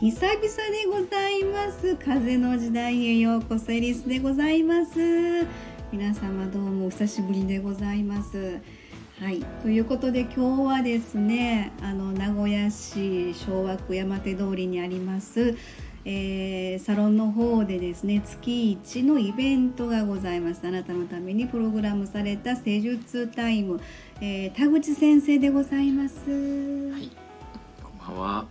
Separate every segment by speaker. Speaker 1: 久々でございます風の時代へようこそエリスでございます皆様どうもお久しぶりでございますはいということで今日はですねあの名古屋市昭和区山手通りにありますえーサロンの方でですね月1のイベントがございますあなたのためにプログラムされた施術タイム、えー田口先生でございます、
Speaker 2: はい。こんばんは。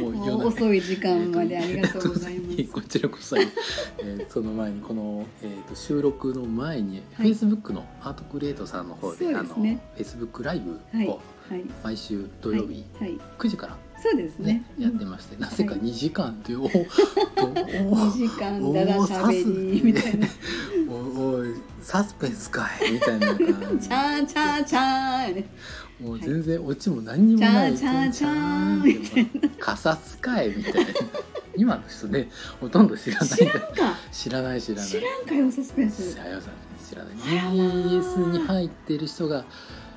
Speaker 2: もう
Speaker 1: もう
Speaker 2: 夜中
Speaker 1: 遅い時間までありがとうござい ます。
Speaker 2: こちらこそ、えーその前にこの、えー、と収録の前に、
Speaker 1: はい
Speaker 2: Facebook のアートクリエイトさんの方で
Speaker 1: そうですね
Speaker 2: あの Facebook ライブ
Speaker 1: はい
Speaker 2: を
Speaker 1: はい。
Speaker 2: 毎週土曜日
Speaker 1: はい。はい
Speaker 2: 9時から
Speaker 1: そうです
Speaker 2: ね
Speaker 1: ね。
Speaker 2: やってまして、なぜか
Speaker 1: はい
Speaker 2: 2時間という、お
Speaker 1: 二時間だだしゃべりみたいな。
Speaker 2: おおおいサスペンスかいみたいな 感じ
Speaker 1: チャーチャーチャーね。
Speaker 2: もう全然オチも何にもない。
Speaker 1: チャーチャーチャーみた
Speaker 2: カサツカエみたいな。今の人ね、ほとんど知らない。
Speaker 1: 知らんか。
Speaker 2: 知らない知らない。
Speaker 1: 知らんかよサスペンス。
Speaker 2: さよさん知らない。
Speaker 1: あらー
Speaker 2: BS に入ってる人が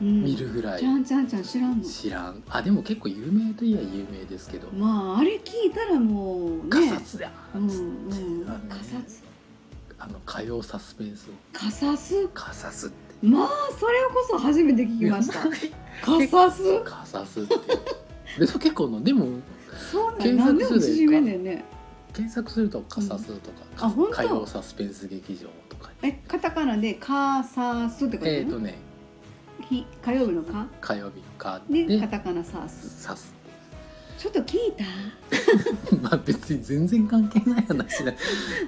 Speaker 1: うん
Speaker 2: 見るぐらい
Speaker 1: チャーチャーチャー知らんの。
Speaker 2: 知らん。あでも結構有名といえば有名ですけど。
Speaker 1: まああれ聞いたらもうね。
Speaker 2: カサツだ
Speaker 1: う
Speaker 2: っつって、
Speaker 1: んうん。
Speaker 2: あのね
Speaker 1: カサツ。
Speaker 2: あの火曜サスペンスを
Speaker 1: カサス。
Speaker 2: カサスって
Speaker 1: まあそれこそ初めて聞きました。カサス。
Speaker 2: カサスって。でそう結構のでも
Speaker 1: そうなん
Speaker 2: 検
Speaker 1: 何
Speaker 2: 索
Speaker 1: でも
Speaker 2: するでいい
Speaker 1: 縮
Speaker 2: か
Speaker 1: めんねんね。
Speaker 2: 検索するとカサスと
Speaker 1: あ
Speaker 2: か、
Speaker 1: 本当
Speaker 2: 火曜サスペンス劇場とか
Speaker 1: えカタカナでカサスって書い
Speaker 2: え
Speaker 1: て
Speaker 2: っ、
Speaker 1: ある
Speaker 2: と。ね
Speaker 1: ひ火曜日のか
Speaker 2: 火曜日のカー
Speaker 1: でカ
Speaker 2: で
Speaker 1: タカナサース
Speaker 2: サス
Speaker 1: ちょっと聞いた
Speaker 2: まあ別に全然関係ない 話だ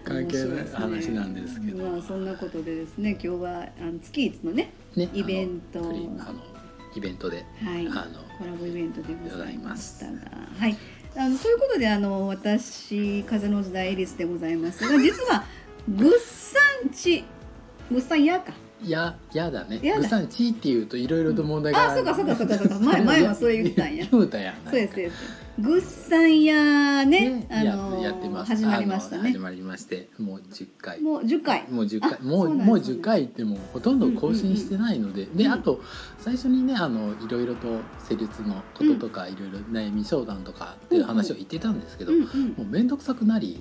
Speaker 2: 関係ない
Speaker 1: 面白で
Speaker 2: 話
Speaker 1: すね
Speaker 2: なんですけど
Speaker 1: まあそんなことでですね今日はあの月一のね
Speaker 2: ね
Speaker 1: イベント
Speaker 2: あのフリーあのイベントで、
Speaker 1: はい
Speaker 2: あの
Speaker 1: コラボイベントでございましたがはいあのということであの私風の時代エリスでございますが実は物産地物産屋か
Speaker 2: いややだね
Speaker 1: やだ
Speaker 2: グサンチーっていうといろいろと問題が
Speaker 1: あそうかそうかそうかそうか 前前はそれ言ってたんや
Speaker 2: 言うたやん
Speaker 1: そうですそうです物産屋ねあ
Speaker 2: や
Speaker 1: の
Speaker 2: やってます
Speaker 1: 始まりました
Speaker 2: あの
Speaker 1: ね
Speaker 2: 始まりましてもう10回
Speaker 1: もう10回
Speaker 2: もう10回
Speaker 1: あ
Speaker 2: も
Speaker 1: そ
Speaker 2: う
Speaker 1: うなんです
Speaker 2: もう10回行ってもほとんど更新してないので、
Speaker 1: う
Speaker 2: で
Speaker 1: ん
Speaker 2: あと最初にねあのいろいろと施術のこととか、いろいろ悩み相談とかっていう話を言ってたんですけど、
Speaker 1: うんうん
Speaker 2: もう面倒くさくなり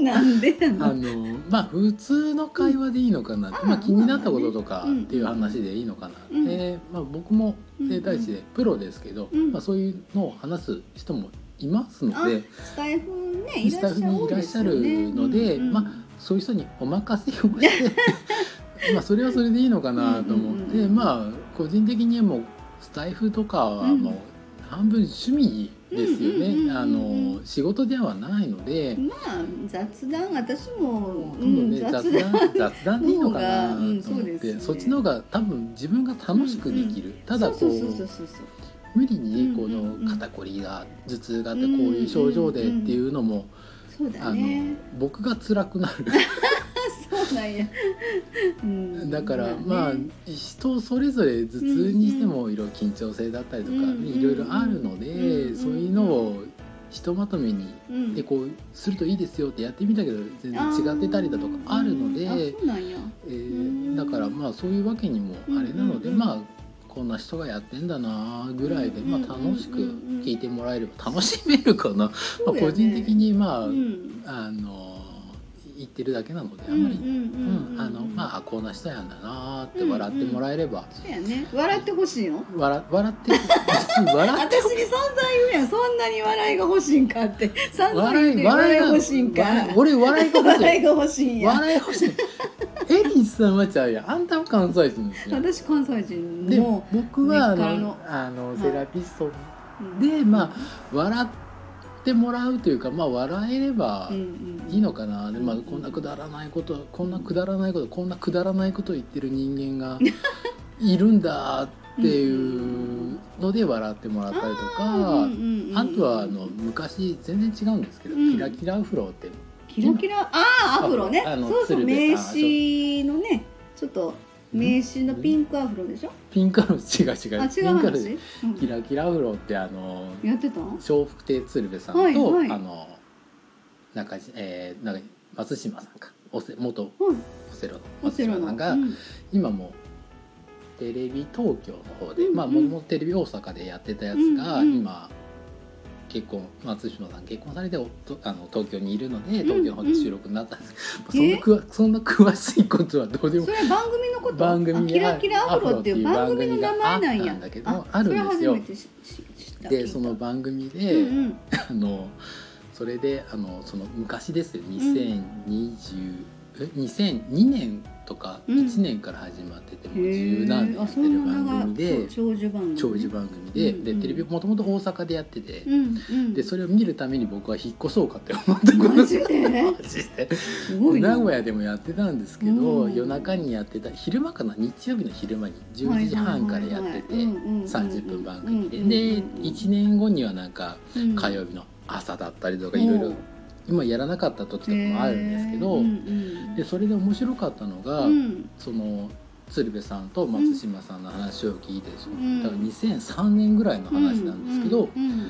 Speaker 1: なんでや
Speaker 2: あ
Speaker 1: の
Speaker 2: のまあ普通の会話でいいのかなって、
Speaker 1: うん
Speaker 2: ま
Speaker 1: あ
Speaker 2: あ、
Speaker 1: ー
Speaker 2: 気になったこととか
Speaker 1: そうだね
Speaker 2: っていう話でいいのかな、
Speaker 1: うん
Speaker 2: で、まあ、僕も
Speaker 1: うん
Speaker 2: 整体師でプロですけど、
Speaker 1: うん
Speaker 2: まあ、そういうのを話す人もいますので。
Speaker 1: スタイフねい
Speaker 2: ス
Speaker 1: ら
Speaker 2: タ
Speaker 1: っ
Speaker 2: ッフ
Speaker 1: しゃ
Speaker 2: にい
Speaker 1: 多い
Speaker 2: らっ
Speaker 1: で
Speaker 2: し
Speaker 1: す
Speaker 2: ゃ
Speaker 1: よね
Speaker 2: るので、
Speaker 1: うんうん
Speaker 2: まあそういう人にお任せを してまあそれはそれでいいのかなと思って、
Speaker 1: うんうんうん
Speaker 2: まあ個人的にもうスタイフとかはもう半分趣味ですよね、
Speaker 1: うんうんうんうん
Speaker 2: あの仕事ではないので、
Speaker 1: まあ雑談私も、
Speaker 2: もう
Speaker 1: う
Speaker 2: どんどん
Speaker 1: ん
Speaker 2: ね、
Speaker 1: 雑
Speaker 2: 雑
Speaker 1: 談
Speaker 2: 談雑談でいいのかな
Speaker 1: の方がうん
Speaker 2: と思っ
Speaker 1: そうです
Speaker 2: て、
Speaker 1: よね
Speaker 2: そっちの方が多分自分が楽しくできる、ただこう
Speaker 1: そうそうそうそうそう
Speaker 2: 無理にねこ
Speaker 1: うんうんうん
Speaker 2: の肩こりが頭痛があってこういう症状でっていうのも、
Speaker 1: そうだ
Speaker 2: あ
Speaker 1: ね
Speaker 2: の僕が辛くなる。
Speaker 1: あそうなんや、うん、
Speaker 2: だからま
Speaker 1: ま
Speaker 2: あ
Speaker 1: あね
Speaker 2: 人それぞれ頭痛にして
Speaker 1: う
Speaker 2: も色々緊張性だったりとか
Speaker 1: うんうん
Speaker 2: ねいろいろあるの
Speaker 1: うんう
Speaker 2: で
Speaker 1: ん
Speaker 2: そういうのをひとまとめに
Speaker 1: うん
Speaker 2: でこうするといいですよってやってみたけど全
Speaker 1: あー
Speaker 2: 然違ってたりだとかあるの
Speaker 1: あ
Speaker 2: で
Speaker 1: そうなんや
Speaker 2: えーだからまあそういうわけにもあれなので
Speaker 1: うんうんうん
Speaker 2: まあこんな人がやってんだなぐらいで
Speaker 1: うんうん
Speaker 2: まあ楽しく聞いてもらえれば楽しめるかな
Speaker 1: そ
Speaker 2: まあ
Speaker 1: うやね
Speaker 2: 個人的にまあ
Speaker 1: うん
Speaker 2: あの言ってるだけなのであ
Speaker 1: うん
Speaker 2: まり
Speaker 1: ん
Speaker 2: うん、あのまああこんな人やんだなーって笑ってもらえれば、
Speaker 1: そうやね笑ってほしいの
Speaker 2: 笑笑って別に 笑って
Speaker 1: 私に存在言うやんそんなに笑いが欲しいんかって散々言
Speaker 2: 笑
Speaker 1: うて
Speaker 2: い
Speaker 1: る笑い
Speaker 2: 笑い
Speaker 1: が
Speaker 2: が
Speaker 1: 欲しいんか
Speaker 2: 笑い俺笑いが欲し
Speaker 1: 笑い
Speaker 2: い
Speaker 1: が欲しいんや
Speaker 2: 笑い欲しいエリスさんはちゃうやんあんたは関西人ですよ
Speaker 1: 私関西人
Speaker 2: で
Speaker 1: も
Speaker 2: 僕は
Speaker 1: 根
Speaker 2: あ
Speaker 1: っから
Speaker 2: の
Speaker 1: の
Speaker 2: あ
Speaker 1: は
Speaker 2: の
Speaker 1: い
Speaker 2: セラピスト
Speaker 1: うん
Speaker 2: で、まあ笑ってもらうというかまあ笑えれば、
Speaker 1: うんうん
Speaker 2: いいのかなで、まあ、
Speaker 1: うんうん
Speaker 2: こんなくだらないことこんなくだらないことこんなくだらないこと言ってる人間 がいるんだっていうので笑ってもらったりとか、
Speaker 1: うんうんうんうん
Speaker 2: あとはあの昔全然違うんですけど、
Speaker 1: うん
Speaker 2: キラキラアフロって
Speaker 1: キラキラああーアフロね
Speaker 2: あの
Speaker 1: そうそう
Speaker 2: 鶴
Speaker 1: 名
Speaker 2: 瓶さん
Speaker 1: 刺のねちょっと名刺のピンクアフロでしょ
Speaker 2: ピンクアフロ違う違う
Speaker 1: あ違
Speaker 2: ピ
Speaker 1: う
Speaker 2: ンクアフロ
Speaker 1: 話、うん
Speaker 2: キラキラアフロってあの
Speaker 1: やってたん
Speaker 2: 笑福亭鶴瓶さんと、
Speaker 1: はいはい
Speaker 2: あの中地えー、なんか松島さんかオセ元オ
Speaker 1: はい
Speaker 2: セロの
Speaker 1: オ
Speaker 2: 松
Speaker 1: セロ
Speaker 2: 島
Speaker 1: の
Speaker 2: さんが。
Speaker 1: うん
Speaker 2: 今もうテレビ東京の方で、
Speaker 1: うん
Speaker 2: まあ
Speaker 1: うん
Speaker 2: もともとテレビ大阪でやってたやつが、
Speaker 1: うんうん
Speaker 2: 今結婚松島さん結婚されておとあの東京にいるので東京の方で収録になったんです、
Speaker 1: うんうん
Speaker 2: まあそんなくわそんな詳しいことはどうでも
Speaker 1: それ番組のこと
Speaker 2: 番組
Speaker 1: あ
Speaker 2: に
Speaker 1: キラキラアフロっていう
Speaker 2: ア
Speaker 1: 番
Speaker 2: フロって
Speaker 1: 組
Speaker 2: い
Speaker 1: の
Speaker 2: う
Speaker 1: 名前なんや
Speaker 2: 番組があったんだけどあるんですよ
Speaker 1: それ初めてしし知った
Speaker 2: でその番組で、
Speaker 1: うんうん
Speaker 2: あのそれであのその昔ですよ2020、え2002年とか
Speaker 1: うん
Speaker 2: 1年から始まってて、もう
Speaker 1: へ
Speaker 2: 十
Speaker 1: ー
Speaker 2: 何年や
Speaker 1: あ
Speaker 2: って
Speaker 1: そ
Speaker 2: る
Speaker 1: んな
Speaker 2: 番
Speaker 1: 長
Speaker 2: 組で
Speaker 1: い長寿番組
Speaker 2: 長寿番組で,、
Speaker 1: うん
Speaker 2: でテレビもともと大阪でやってて、
Speaker 1: うんうん
Speaker 2: でそれを見るために僕は引っ越そうかって思った こと
Speaker 1: マジで
Speaker 2: マジです
Speaker 1: ごいな
Speaker 2: 名古屋でもやってたんですけど、
Speaker 1: うん
Speaker 2: 夜中にやってた昼間かな日曜日の昼間に11時半からやってて、30分番組で、で1年後にはなんか
Speaker 1: 年
Speaker 2: 火曜日の朝だったりとかいろいろ今やらなかった時とかもあるんですけど、でそれで面白かったのが、
Speaker 1: うん
Speaker 2: その鶴瓶さんと松島さんの話を聞いて、
Speaker 1: ん
Speaker 2: だから2003年ぐらいの話なんですけど、
Speaker 1: うんうん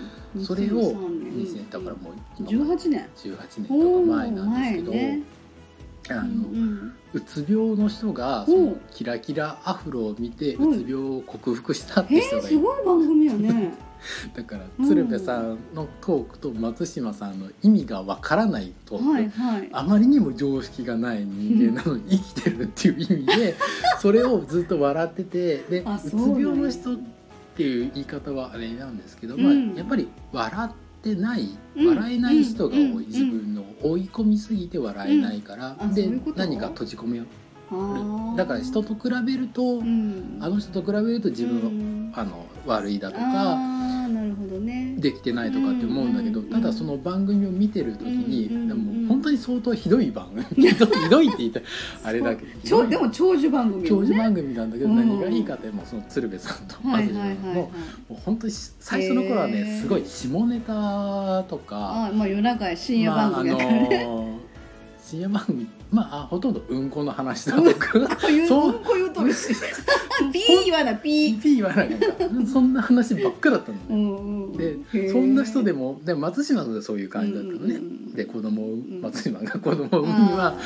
Speaker 2: それを
Speaker 1: 2003
Speaker 2: 2000だからもう
Speaker 1: 18年
Speaker 2: 18年と
Speaker 1: お
Speaker 2: か
Speaker 1: ー
Speaker 2: 前なんですけど、
Speaker 1: 前ね
Speaker 2: あの、
Speaker 1: うん
Speaker 2: うつ病の人がそのキラキラアフロを見て
Speaker 1: うん
Speaker 2: うつ病を克服したっ
Speaker 1: うん
Speaker 2: て
Speaker 1: え
Speaker 2: 人
Speaker 1: ー
Speaker 2: がい
Speaker 1: す
Speaker 2: る、
Speaker 1: ごい番組よ ね
Speaker 2: だから
Speaker 1: うん
Speaker 2: 鶴瓶さんのトークと松島さんの意味がわからないトーク、
Speaker 1: はいはい
Speaker 2: あまりにも常識がない人間なのに生きてるっていう意味 でそれをずっと笑っててで
Speaker 1: あそ
Speaker 2: うつ
Speaker 1: うなんや
Speaker 2: 病の人っていう言い方はあれなんですけど、まあ
Speaker 1: うん
Speaker 2: やっぱり笑ってない
Speaker 1: うん
Speaker 2: 笑えない人が多い、
Speaker 1: うん
Speaker 2: 自分の追い込みすぎて笑えないから、
Speaker 1: うんあ
Speaker 2: で
Speaker 1: そういうこと
Speaker 2: 何か閉じ込めよう
Speaker 1: あー
Speaker 2: だから人と比べると、
Speaker 1: うん
Speaker 2: あの人と比べると自分は、
Speaker 1: うん
Speaker 2: あの悪いだとか
Speaker 1: あーなるほどね
Speaker 2: できてないとかって思うんだけど、
Speaker 1: うん
Speaker 2: ただその番組を見てる時に、
Speaker 1: うんうん
Speaker 2: でも本当に相当ひどい番 組ひどいひどいって言ったらあれだけど
Speaker 1: ちょでも長寿番組よ
Speaker 2: 長
Speaker 1: ね
Speaker 2: 寿番組なんだけど
Speaker 1: うん
Speaker 2: 何がいいかってもうその鶴瓶さんと
Speaker 1: は
Speaker 2: 松
Speaker 1: いはい
Speaker 2: 島さん
Speaker 1: はい、
Speaker 2: の、
Speaker 1: はい
Speaker 2: も、う本当にし最初の頃はね、
Speaker 1: へー
Speaker 2: すごい下ネタとか
Speaker 1: あまあ夜中や深夜番組や
Speaker 2: ま
Speaker 1: か
Speaker 2: あ
Speaker 1: ら
Speaker 2: あ
Speaker 1: ね、
Speaker 2: の深夜番組まああほとんどうんこの話だとか。
Speaker 1: こういう
Speaker 2: そ
Speaker 1: う
Speaker 2: う
Speaker 1: んこ言う とるしピー言わなピー
Speaker 2: P はなんかそんな話ばっかだったの
Speaker 1: う
Speaker 2: ね。
Speaker 1: んうん
Speaker 2: でそんな人でもでも松島のそういう感じだったのね。
Speaker 1: うんうんうん
Speaker 2: で子供を
Speaker 1: ん
Speaker 2: 松島が 子供を
Speaker 1: も
Speaker 2: 産むには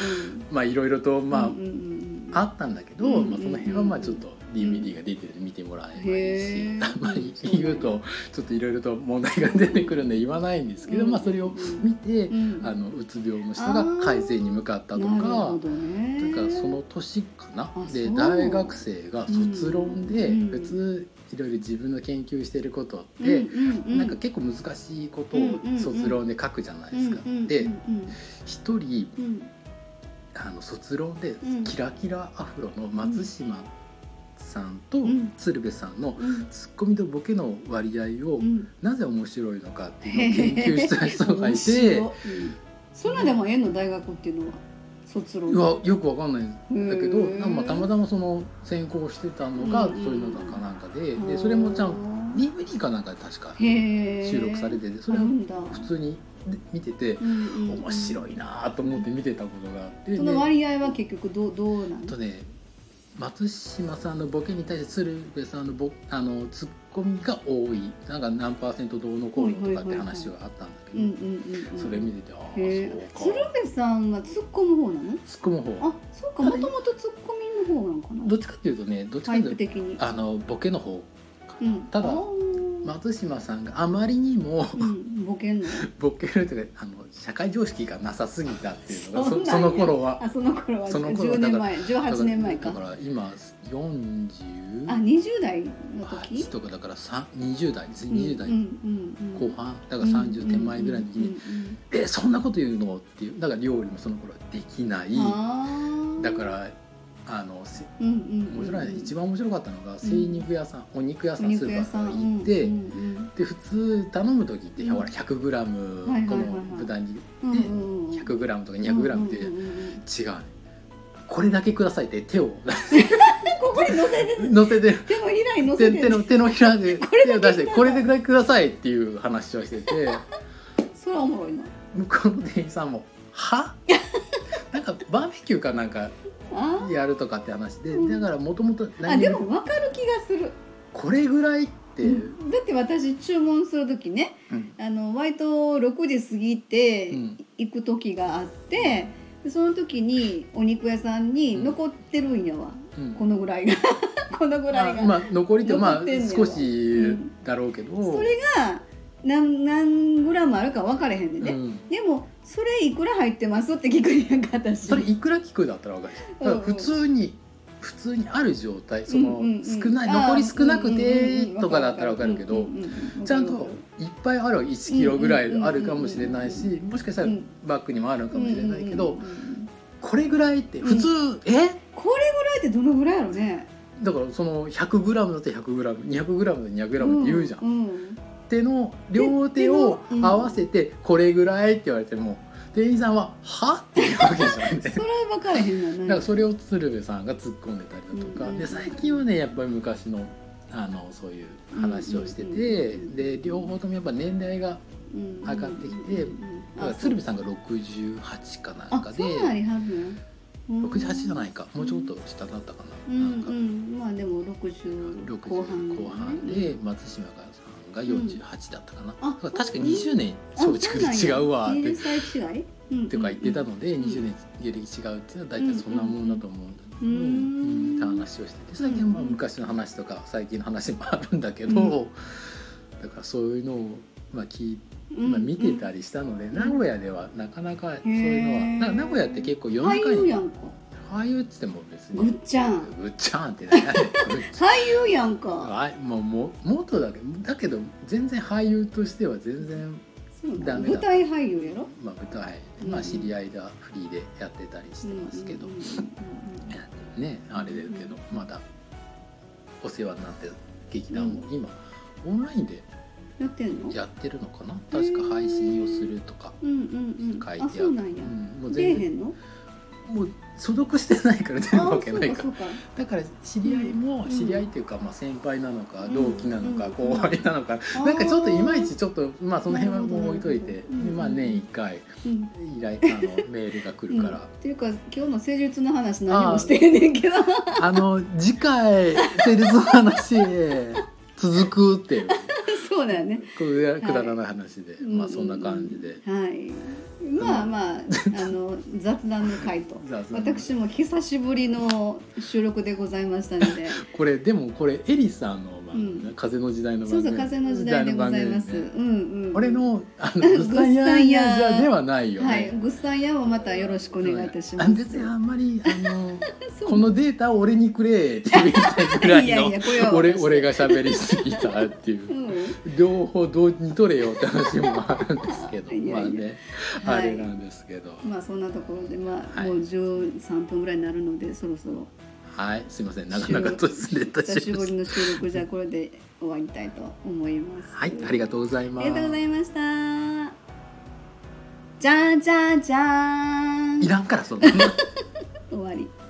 Speaker 2: まあいろいろとまあ、
Speaker 1: うんうんうん
Speaker 2: あったんだけど、
Speaker 1: うんうんうん
Speaker 2: まあ、その辺はまあちょっと DVD が出てるんで見てもらえばいいし、
Speaker 1: へー
Speaker 2: あんまり言うとちょっといろいろと問題が出てくるんで言わないんですけど、
Speaker 1: うん
Speaker 2: まあ、それを見て、
Speaker 1: うん
Speaker 2: あのうつ病の人が改善に向かったと
Speaker 1: なる
Speaker 2: か
Speaker 1: ほ。どね
Speaker 2: だからその年かな
Speaker 1: あ
Speaker 2: で
Speaker 1: そう
Speaker 2: 大学生が卒論で
Speaker 1: うん
Speaker 2: 普通いろいろ自分の研究してることっ
Speaker 1: うん
Speaker 2: て
Speaker 1: うんうん
Speaker 2: なんか結構難しいこと
Speaker 1: うんうんう
Speaker 2: を
Speaker 1: ん
Speaker 2: 卒論で書くじゃないですか
Speaker 1: う。んうん
Speaker 2: で
Speaker 1: うん
Speaker 2: 一人
Speaker 1: うんうん
Speaker 2: あの卒論で
Speaker 1: うん
Speaker 2: キラキラアフロの松島さんと
Speaker 1: ん
Speaker 2: 鶴瓶さんの
Speaker 1: うん
Speaker 2: ツッコミとボケの割合を
Speaker 1: うん
Speaker 2: なぜ面白いのかっていうのを研究した人が い
Speaker 1: 面白い
Speaker 2: て
Speaker 1: うんそんなでもええの大学っていうのは卒論
Speaker 2: うわよくわかんないだけど、
Speaker 1: へー
Speaker 2: まあ、たまたまその専攻してたのが、
Speaker 1: うんうん
Speaker 2: そういうのかなんかででそれもちゃん DVD かなんかで確か収
Speaker 1: 収
Speaker 2: 録されててそれ
Speaker 1: な
Speaker 2: を
Speaker 1: んだ
Speaker 2: 普通にで見てて面白
Speaker 1: い
Speaker 2: いなぁと思って見てたことがあって、
Speaker 1: その
Speaker 2: ね
Speaker 1: 割合は結局どうどうな
Speaker 2: あと
Speaker 1: の
Speaker 2: ね松島さんのボケに対して鶴瓶さんのボあのツッコミが多いなんか何パーセントどうのこうのとかって話があったんだけ
Speaker 1: う
Speaker 2: ど、
Speaker 1: んうんうん
Speaker 2: それ見ててあ
Speaker 1: へー
Speaker 2: あそう
Speaker 1: 鶴
Speaker 2: か
Speaker 1: 瓶さんは突っ込む方なの
Speaker 2: ツッコむ方
Speaker 1: あそうかもともと突っ込みの方なんか
Speaker 2: ど
Speaker 1: な
Speaker 2: っちかっていうとねどっちか
Speaker 1: タ
Speaker 2: っ
Speaker 1: イ
Speaker 2: てい
Speaker 1: プ
Speaker 2: うと
Speaker 1: 的に
Speaker 2: あのボケの方
Speaker 1: うん
Speaker 2: ただ
Speaker 1: あー
Speaker 2: 松島さんがあまりにも
Speaker 1: うんボケんの
Speaker 2: ボケるというかあの社会常識がなさすぎたっていうのが
Speaker 1: そ
Speaker 2: そう
Speaker 1: なんや
Speaker 2: その頃は
Speaker 1: あその頃は
Speaker 2: その頃
Speaker 1: 10年前
Speaker 2: だ
Speaker 1: 18
Speaker 2: から
Speaker 1: 年前
Speaker 2: だ
Speaker 1: か
Speaker 2: から今
Speaker 1: あ
Speaker 2: 48
Speaker 1: 20代の時
Speaker 2: とかだからさ20代です
Speaker 1: うん
Speaker 2: 20代
Speaker 1: うんうんう
Speaker 2: 後
Speaker 1: ん
Speaker 2: 半だから30手前ぐらいの
Speaker 1: う
Speaker 2: 時
Speaker 1: ん
Speaker 2: に
Speaker 1: うんうんうん
Speaker 2: 「えそんなこと言うの?」っていうだから料理もその頃はできない
Speaker 1: あー
Speaker 2: だからあのせ
Speaker 1: うんうんうん
Speaker 2: 面白い一番面白かったのが精肉屋さんお肉屋さんスーパーさん行っ
Speaker 1: う
Speaker 2: て
Speaker 1: ん
Speaker 2: で普通頼む時ってほら 100g
Speaker 1: はいはいはいはい
Speaker 2: この豚肉
Speaker 1: うんうんうんうん
Speaker 2: 100g とか 200g って
Speaker 1: うんうんうんうん
Speaker 2: 違うねこれだけくださいって 手を
Speaker 1: ここに乗せて
Speaker 2: 乗せて
Speaker 1: 手のひらに乗せ
Speaker 2: 手
Speaker 1: て
Speaker 2: 手の手のひら で
Speaker 1: これ
Speaker 2: 手を出してこれだけくださいっていう話をしてて
Speaker 1: それはおもろいな
Speaker 2: 向こうの店員さんも「 は? 」なんかバーベキューかなんか
Speaker 1: あ
Speaker 2: やるとかって話で
Speaker 1: うん
Speaker 2: だからもともと
Speaker 1: ーあでも分かる気がする
Speaker 2: これぐらいって、
Speaker 1: うんだって私注文する時ね
Speaker 2: うん
Speaker 1: あの割と6時過ぎて
Speaker 2: うん
Speaker 1: 行く時があって、でその時にお肉屋さんに
Speaker 2: うん
Speaker 1: 残ってるんやわ、
Speaker 2: うん
Speaker 1: このぐらいが このぐらいが、
Speaker 2: まあまあ残りってま
Speaker 1: 残
Speaker 2: あ
Speaker 1: ってんねんわ
Speaker 2: 少しだろうけど、
Speaker 1: それが何何グラムあるか分からへんねんね、
Speaker 2: うん、
Speaker 1: でもそれいくら入ってますって聞くねんか私
Speaker 2: それいくら聞くだったらわかるだから普通に普通にある状態その
Speaker 1: うんうんうん
Speaker 2: 少ない
Speaker 1: あー
Speaker 2: 残り少なくて
Speaker 1: うんうんうん
Speaker 2: とかだったらわかるけ
Speaker 1: う
Speaker 2: ど
Speaker 1: んうんうん
Speaker 2: ちゃんといっぱいある1キロぐらいあるかもしれない
Speaker 1: うんうん
Speaker 2: しもしかしたらバッグにもあるかもしれないけ
Speaker 1: う
Speaker 2: ど
Speaker 1: んうんうん
Speaker 2: これぐらいって普通
Speaker 1: これ
Speaker 2: え
Speaker 1: ぐらいってどのぐらいやろね
Speaker 2: だからその 100g だって 100g200g だって 200g って言うじゃん
Speaker 1: う。ん
Speaker 2: 手の両手を
Speaker 1: 手手の
Speaker 2: 合わせてこれぐらいって言われても店員さんは「は?」って言うわけじゃんね
Speaker 1: それは分からへんの
Speaker 2: だ
Speaker 1: よ
Speaker 2: か
Speaker 1: な
Speaker 2: らそれを鶴瓶さんが突っ込んでたりだとか、
Speaker 1: うんうん
Speaker 2: で最近はねやっぱり昔のあのそういう話をしてて、
Speaker 1: うんうんうん
Speaker 2: で両方ともやっぱ年代が
Speaker 1: うん
Speaker 2: 上がってきてだから鶴瓶さんが68かなんか
Speaker 1: あ
Speaker 2: で
Speaker 1: そうなんや多分うん
Speaker 2: 68じゃないかもうちょっと下だったか
Speaker 1: う
Speaker 2: な,、
Speaker 1: ん
Speaker 2: な
Speaker 1: うん
Speaker 2: か
Speaker 1: んまあでも60
Speaker 2: 60
Speaker 1: 後半ぐらい
Speaker 2: 後半で松島さんが48だったかな、
Speaker 1: うんあ
Speaker 2: だから確か20年
Speaker 1: あ
Speaker 2: 松竹で違うわ
Speaker 1: そ
Speaker 2: っ
Speaker 1: なんや。
Speaker 2: て
Speaker 1: 芸術祭違いうんうんうん
Speaker 2: とか言ってたので、
Speaker 1: ん
Speaker 2: 20年芸歴違うっていうのは大体そんなもんだと思うんだけど、
Speaker 1: うん
Speaker 2: うんって話をしてて最近はまあ昔の話とか最近の話もあるんだけど、
Speaker 1: う
Speaker 2: だからそういうのを、まあ聞い
Speaker 1: うん
Speaker 2: まあ、見てたりしたので、名古屋ではなかなかそういうのは
Speaker 1: へー
Speaker 2: だから名古屋って結構夜
Speaker 1: 俳
Speaker 2: 中
Speaker 1: 優
Speaker 2: に
Speaker 1: やんか
Speaker 2: 俳優っつっても別
Speaker 1: ぐっ
Speaker 2: に
Speaker 1: ちゃん
Speaker 2: ぐっちゃんってなぐっちゃん
Speaker 1: 俳優やんか
Speaker 2: あもうもう元だけどだけど全然俳優としては全然
Speaker 1: そうな
Speaker 2: ダ
Speaker 1: んだ
Speaker 2: メだ
Speaker 1: 舞台俳優やろ
Speaker 2: まあ舞台、まあ、知り合いがフリーでやってたりしてますけど、
Speaker 1: うんうんうんうん
Speaker 2: ねあれですけど、まだお世話になってる劇団も今、オンラインで
Speaker 1: やってんの
Speaker 2: やってるのかな確か配信をするとか
Speaker 1: うんうんうん
Speaker 2: 書いてあ
Speaker 1: あ
Speaker 2: る
Speaker 1: そうなんや
Speaker 2: うんもう
Speaker 1: 出え
Speaker 2: 全
Speaker 1: へ
Speaker 2: 然
Speaker 1: んの
Speaker 2: もう所属してないから出るわけない
Speaker 1: あ
Speaker 2: か
Speaker 1: そ
Speaker 2: ら
Speaker 1: うかそうか
Speaker 2: だから知り合いも
Speaker 1: うん
Speaker 2: 知り合いっていうか、まあ、先輩なのか
Speaker 1: うん
Speaker 2: 同期なのか
Speaker 1: うん
Speaker 2: 後輩なのか、
Speaker 1: あー
Speaker 2: なんかちょっといまいちちょっとまあその辺はもう置いとい
Speaker 1: なる
Speaker 2: て、
Speaker 1: ほどなるほど
Speaker 2: まあ年1回
Speaker 1: うん
Speaker 2: 依頼あのメールが来るから。
Speaker 1: うんっていうか今日の施術の話何もしてへんねんけど
Speaker 2: あの次回成立の話続くっていう
Speaker 1: そうだよね
Speaker 2: こういうくだらない話で、まあそんな感じで、
Speaker 1: はいまあまああの 雑談の回と
Speaker 2: 雑談
Speaker 1: 私も久しぶりの収録でございました ので
Speaker 2: これでもこれエリさんの番組、
Speaker 1: うん
Speaker 2: 風の時代の
Speaker 1: そ
Speaker 2: 番
Speaker 1: う
Speaker 2: 組
Speaker 1: そう風の時代でございます、
Speaker 2: 時代の番組ね
Speaker 1: うんうん
Speaker 2: 俺のあの
Speaker 1: うん
Speaker 2: グッサンヤンヤじゃではないよね、
Speaker 1: はいグッサンヤもまたよろしくお願いいたします
Speaker 2: あ別にあんまりあの
Speaker 1: そう
Speaker 2: このデータを俺にくれって言いたいぐらい
Speaker 1: い
Speaker 2: の
Speaker 1: やいやこれは私
Speaker 2: 俺俺が喋りすぎたっていう
Speaker 1: う。ん
Speaker 2: 両方同時に取れよって話もあるんですけど
Speaker 1: いやいや
Speaker 2: まあね、
Speaker 1: はい
Speaker 2: あれなんですけど
Speaker 1: まあそんなところでまあ、
Speaker 2: はい
Speaker 1: もう13分ぐらいになるのでそろそろ
Speaker 2: はいすいませんなかなか突然た
Speaker 1: 久し
Speaker 2: しま
Speaker 1: ぶ
Speaker 2: し
Speaker 1: りの収録じゃあこれで終わりたいと思います。
Speaker 2: たはいありがとうござい
Speaker 1: あ
Speaker 2: ま
Speaker 1: りがとうご
Speaker 2: す
Speaker 1: ざいました。じゃんじゃんじゃーん。
Speaker 2: いらんからそんなの
Speaker 1: 終わり。